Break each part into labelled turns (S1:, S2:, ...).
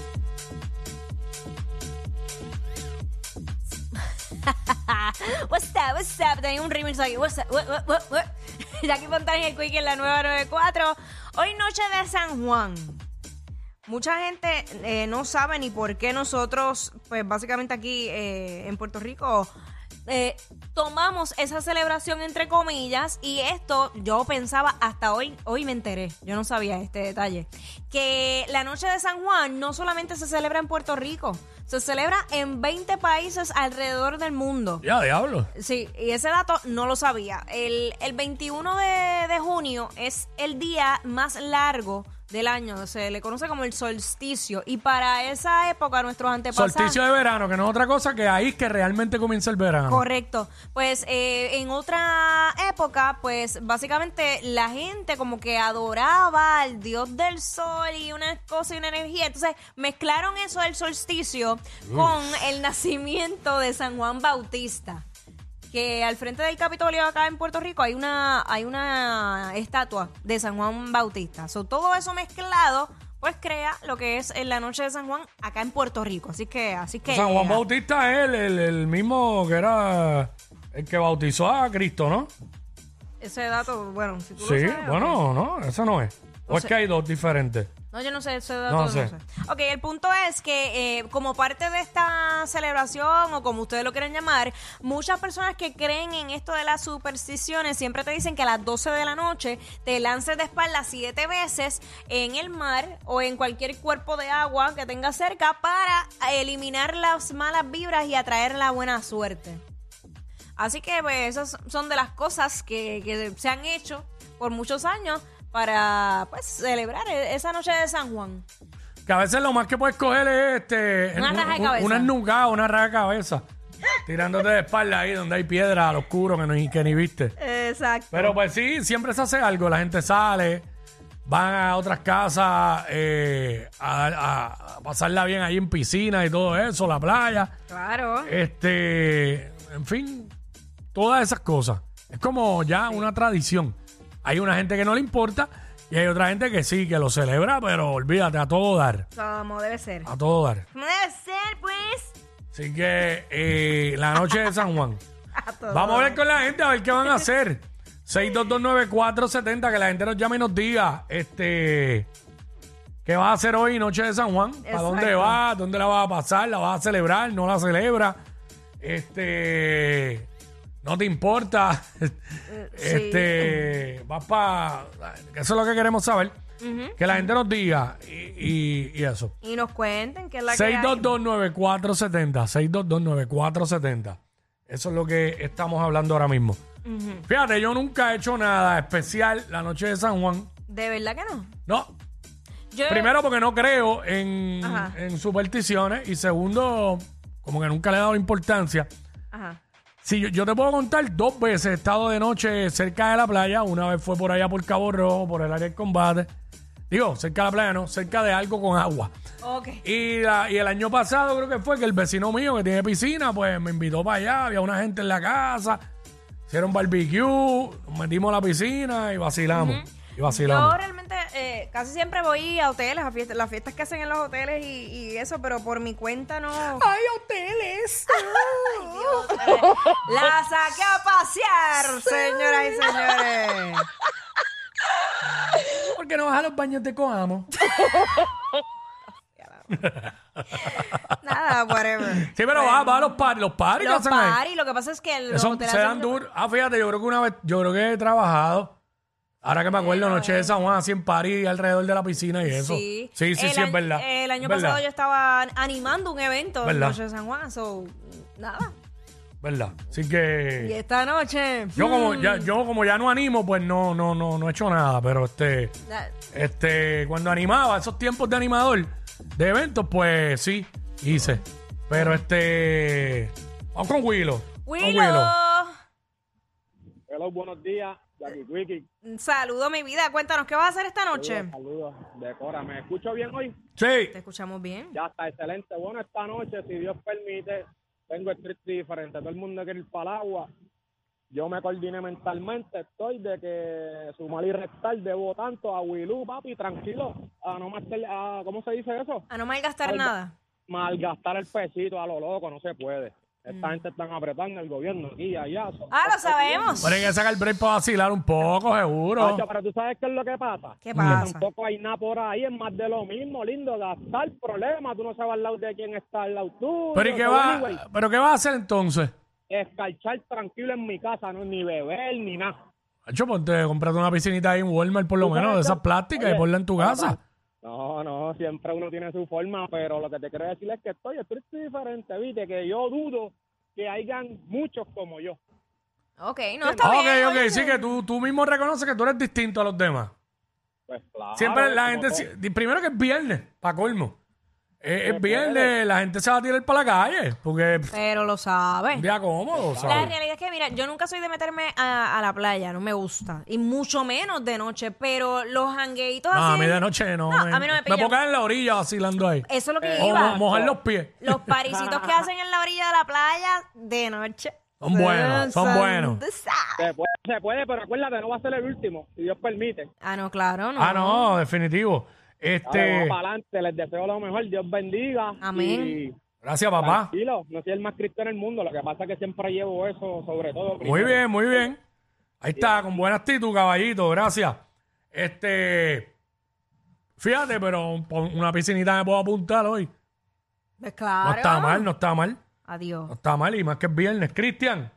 S1: what's up, what's up. Tenía un remix aquí. What's up, what, what, what, what. Jackie Fontana y el Quickie en la nueva 94. Hoy noche de San Juan. Mucha gente eh, no sabe ni por qué nosotros, pues básicamente aquí eh, en Puerto Rico, eh, tomamos esa celebración entre comillas y esto yo pensaba hasta hoy, hoy me enteré, yo no sabía este detalle, que la noche de San Juan no solamente se celebra en Puerto Rico, se celebra en 20 países alrededor del mundo.
S2: Ya, diablo.
S1: Sí, y ese dato no lo sabía. El, el 21 de, de junio es el día más largo del año, se le conoce como el solsticio. Y para esa época nuestros antepasados...
S2: Solsticio de verano, que no es otra cosa que ahí es que realmente comienza el verano.
S1: Correcto. Pues eh, en otra época, pues básicamente la gente como que adoraba al dios del sol y una cosa y una energía. Entonces mezclaron eso del solsticio
S2: Mm.
S1: con el nacimiento de San Juan Bautista. Que al frente del Capitolio acá en Puerto Rico hay una, hay una estatua de San Juan Bautista. So, todo eso mezclado, pues crea lo que es en la noche de San Juan acá en Puerto Rico. Así que, así que.
S2: San Juan
S1: eh,
S2: Bautista es el, el- el mismo que era el que bautizó a Cristo, ¿no?
S1: Ese dato, bueno, si tú lo
S2: Sí,
S1: sabes, ok.
S2: bueno, no, eso no es. O es que hay dos diferentes.
S1: No, yo no sé ese dato.
S2: No
S1: No sé.
S2: sé.
S1: Ok, el punto es que eh, como parte de esta celebración o como ustedes lo quieran llamar, muchas personas que creen en esto de las supersticiones siempre te dicen que a las 12 de la noche te lances de espalda siete veces en el mar o en cualquier cuerpo de agua que tengas cerca para eliminar las malas vibras y atraer la buena suerte. Así que pues, esas son de las cosas que, que se han hecho por muchos años para pues, celebrar e- esa noche de San Juan.
S2: Que a veces lo más que puedes coger es este,
S1: Una
S2: un-
S1: raja de
S2: un-
S1: cabeza.
S2: Una esnugada, una raja de cabeza. tirándote de espalda ahí donde hay piedra al oscuro que, no, que ni viste.
S1: Exacto.
S2: Pero pues sí, siempre se hace algo. La gente sale, van a otras casas eh, a, a- a pasarla bien ahí en piscina y todo eso, la playa.
S1: claro.
S2: Este, en fin, todas esas cosas. Es como ya una tradición. Hay una gente que no le importa y hay otra gente que sí, que lo celebra, pero olvídate, a todo dar.
S1: Como debe ser.
S2: A todo dar.
S1: Como debe ser, pues.
S2: Así que eh, la noche de San Juan.
S1: A todo.
S2: Vamos a hablar con la gente a ver qué van a hacer. 6229470, que la gente nos llame y nos diga este qué vas a hacer hoy, Noche de San Juan. ¿Para dónde
S1: Exacto.
S2: vas? ¿Dónde la vas a pasar? ¿La vas a celebrar? ¿No la celebra? Este. No te importa. Este. Vas para. Eso es lo que queremos saber. Que la gente nos diga y, y- y eso.
S1: Y nos cuenten que es la que hay.
S2: 6229470. 6229470. Eso es lo que estamos hablando ahora mismo. Fíjate, yo nunca he hecho nada especial la noche de San Juan.
S1: De verdad que no.
S2: No,
S1: Yo,
S2: primero porque no creo en,
S1: Ajá.
S2: en supersticiones y segundo, como que nunca le he dado importancia.
S1: Ajá.
S2: Sí, yo, yo te puedo contar dos veces he estado de noche cerca de la playa. Una vez fue por allá por Cabo Rojo, por el área de combate. Digo, cerca de la playa no, cerca de algo con agua.
S1: Ok.
S2: Y, la- y el año pasado creo que fue que el vecino mío que tiene piscina, pues me invitó para allá, había una gente en la casa, hicieron barbecue, nos metimos a la piscina y vacilamos. Y vacilamos.
S1: Yo realmente eh, casi siempre voy a hoteles, a fiestas, las fiestas que hacen en los hoteles y, y eso, pero por mi cuenta no.
S2: ¡Ay, hoteles!
S1: La saqué a pasear, señoras y señores.
S2: ¿Por qué no vas a los baños de Coamo?
S1: Nada, whatever.
S2: Sí, pero va, va a los paris, los paris que
S1: Los
S2: hacen ahí.
S1: paris, lo que pasa es que los
S2: Eso
S1: hoteles
S2: se
S1: hacen-
S2: dan duro. Ah, fíjate, yo creo que una vez, yo creo que he trabajado. Ahora que me acuerdo, noche de San Juan, así en París, alrededor de la piscina y eso.
S1: Sí,
S2: sí, sí,
S1: El
S2: sí, es
S1: año-
S2: verdad.
S1: El año
S2: Es verdad,
S1: pasado yo estaba animando un evento en
S2: Verdad.
S1: Noche de San Juan, so nada.
S2: Verdad. Así
S1: Y
S2: que...
S1: esta noche. mm,
S2: Yo como, ya, yo como ya no animo, pues no, no, no, no he hecho nada. Pero este,
S1: la-
S2: este, cuando animaba, esos tiempos de animador de eventos, pues sí, hice. Pero este, vamos con Willow. con
S1: Willow,
S3: Hello, buenos días. Jackie Quickie.
S1: Mm, saludo mi vida. Cuéntanos, ¿qué vas a hacer esta noche?
S3: Saludos. Decora, ¿me escucho bien hoy?
S2: Sí.
S1: Te escuchamos bien.
S3: Ya está, excelente. Bueno, esta noche, si Dios permite, tengo el trip diferente. Todo el mundo quiere ir para el agua. Yo me coordiné mentalmente. Estoy de que sumar y restar debo tanto a Wilú, papi, tranquilo. A no más, a, ¿Cómo se dice eso?
S1: A Ah, no malgastar
S3: Malga-
S1: nada.
S3: Malgastar el pesito a lo loco, no se puede. Esta gente están apretando el gobierno aquí y allá. Son-
S1: Ah, lo sabemos.
S2: Pero hay que sacar el break para vacilar un poco, seguro.
S3: Nacho, pero tú sabes qué es lo que pasa.
S1: ¿Qué pasa?
S3: Tampoco hay nada por ahí, es más de lo mismo, lindo, gastar problema. Tú no sabes al lado de quién está al lado tuyo.
S2: Pero ¿y qué
S3: So,
S2: va,
S3: anyway,
S2: pero qué va a hacer entonces?
S3: escarchar tranquilo en mi casa, no ni beber ni nada.
S2: Hacho, ponte, comprate una piscinita ahí en Walmart por lo
S3: Tú sabes
S2: menos, de esas
S3: que-
S2: plásticas
S3: Oye,
S2: y ponla en tu casa.
S3: No, no, siempre uno tiene su forma, pero lo que te quiero decir es que estoy, estoy diferente, viste, que yo dudo que hayan muchos como yo.
S1: Ok, no, está
S2: ok,
S1: bien.
S2: ok,
S1: oye.
S2: sí que tú, tú mismo reconoces que tú eres distinto a los demás.
S3: Pues claro.
S2: Siempre la
S3: como
S2: gente,
S3: todo.
S2: si- di- primero que es viernes, para colmo. Eh, Es, es viernes, la gente se va a tirar para la calle, porque es
S1: Pero lo
S2: un
S1: sabes.
S2: día cómodo,
S1: La
S2: ¿sabes?
S1: realidad es que, mira, yo nunca soy de meterme a, a la playa, no me gusta. Y mucho menos de noche, pero los jangueitos
S2: No,
S1: así.
S2: a mí de noche no.
S1: No, a mí no me pillan.
S2: puedo caer en la orilla vacilando ahí.
S1: Eso es lo que
S2: O
S1: iba.
S2: Eh, mo- mojar los pies.
S1: Los parisitos que hacen en la orilla de la playa de noche.
S2: Son buenos, son buenos.
S1: tú sabes.
S3: Se puede, se puede, pero acuérdate, no va a ser el último, si Dios permite.
S1: Ah, no, claro, no.
S2: Ah, no, definitivo.
S3: Ahora,
S2: Este,
S3: vamos para adelante, les deseo lo mejor, Dios bendiga.
S1: Amén.
S3: Y
S2: gracias, papá.
S3: tranquilo, no soy el más cristo en el mundo, lo que pasa es que siempre llevo eso, sobre todo.
S2: Muy bien, muy bien. Ahí está, con buena actitud, caballito, gracias. Este, fíjate, pero por una piscinita me puedo apuntar hoy.
S1: Pues
S2: No
S1: claro.
S2: está mal, no está mal.
S1: Adiós.
S2: No está mal, y más que es viernes. Cristian.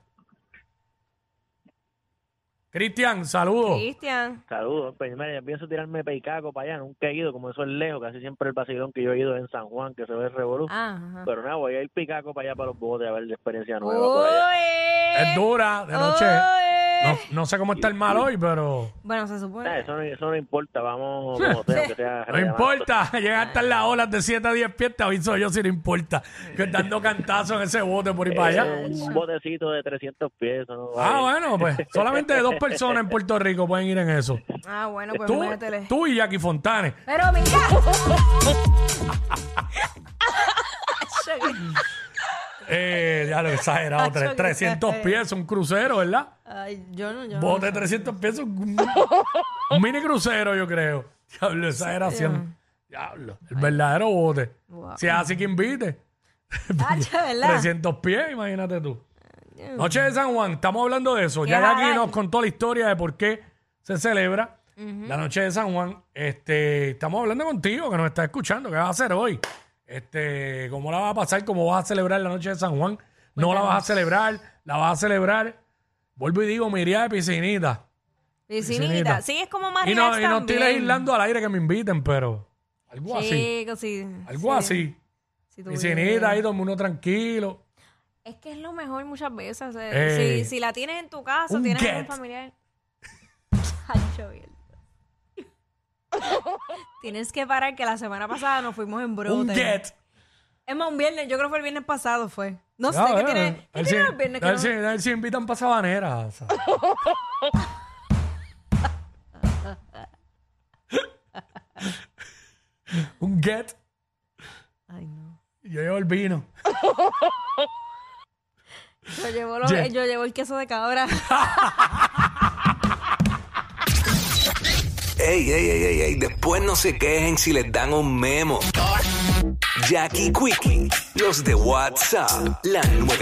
S2: Cristian, saludos.
S1: Cristian.
S4: Saludos, pues mira, yo pienso tirarme peicaco para allá, nunca he ido, como eso es lejos, casi siempre el vacilón que yo he ido es en San Juan, que se ve revolú.
S1: Ah. Ajá.
S4: Pero nada, voy a ir picaco para allá para los botes a ver la experiencia nueva por allá.
S1: Oye.
S2: Es dura, de noche.
S1: Oye.
S2: No, no sé cómo está el mal hoy, pero
S1: Bueno, se
S4: Nah,
S1: supone.
S4: Ah, eso, no, eso no importa, vamos como sea, aunque sea.
S2: no
S4: relevante.
S2: importa. Llega hasta las olas de 7 a 10 pies, te aviso yo si no importa. Que dando cantazos en ese bote por ahí
S4: Eh,
S2: para allá.
S4: un botecito de 300 pies, eso no
S2: Ah,
S4: vale.
S2: bueno, pues solamente dos personas en Puerto Rico pueden ir en eso.
S1: Ah, bueno, pues
S2: Tú,
S1: métele.
S2: tú y Jackie Fontane.
S1: Pero mira.
S2: Eh, ya lo he exagerado,
S1: Nacho,
S2: tres-
S1: qué
S2: 300
S1: exagero.
S2: pies, un crucero, ¿verdad?
S1: Ay, yo no, yo no.
S2: Bote 300 pesos. Un un mini crucero, yo creo. Diablo, exageración. Diablo. El verdadero bote.
S1: Wow.
S2: Si es así que invite.
S1: Ah, ya, ¿verdad?
S2: 300 pies, imagínate tú. Noche de San Juan, estamos hablando de eso.
S1: Qué
S2: Ya Jackie
S1: barato.
S2: nos contó la historia de por qué se celebra la noche de San Juan. Este, estamos hablando contigo, que nos estás escuchando, qué vas a hacer hoy. Este, cómo la vas a pasar, cómo vas a celebrar la noche de San Juan. No la vas a celebrar, la vas a celebrar. Vuelvo y digo, me iría de piscinita.
S1: Piscinita.
S2: Piscinita.
S1: Sí, es como más
S2: Y no,
S1: relax
S2: y no
S1: también.
S2: tires Irlando al aire que me inviten, pero algo así.
S1: Chico, sí.
S2: Algo
S1: sí.
S2: así.
S1: Si tú
S2: Piscinita, ahí todo el mundo tranquilo.
S1: Es que es lo mejor muchas veces. o sea,
S2: Eh.
S1: si, si la tienes en tu casa,
S2: Un
S1: tienes algún
S2: get.
S1: familiar. Chacho, bien. tienes que parar que la semana pasada nos fuimos en brote.
S2: Un get.
S1: Es más, un viernes, yo creo que fue el viernes pasado, fue. No sé,
S2: Ah,
S1: ¿qué
S2: eh,
S1: tiene,
S2: a
S1: ¿qué tiene
S2: ver si-
S1: los viernes
S2: a
S1: que
S2: ver
S1: no?
S2: si- a ver si invitan para Sabanera. o sea. Un get.
S1: Ay, no.
S2: Yo llevo el vino.
S1: Yo llevo, los-
S2: Yeah.
S1: yo llevo el queso de cabra.
S5: Ey, ey, ey, ey, ey, después no se quejen si les dan un memo. Jackie Quickie, los de WhatsApp, la 9.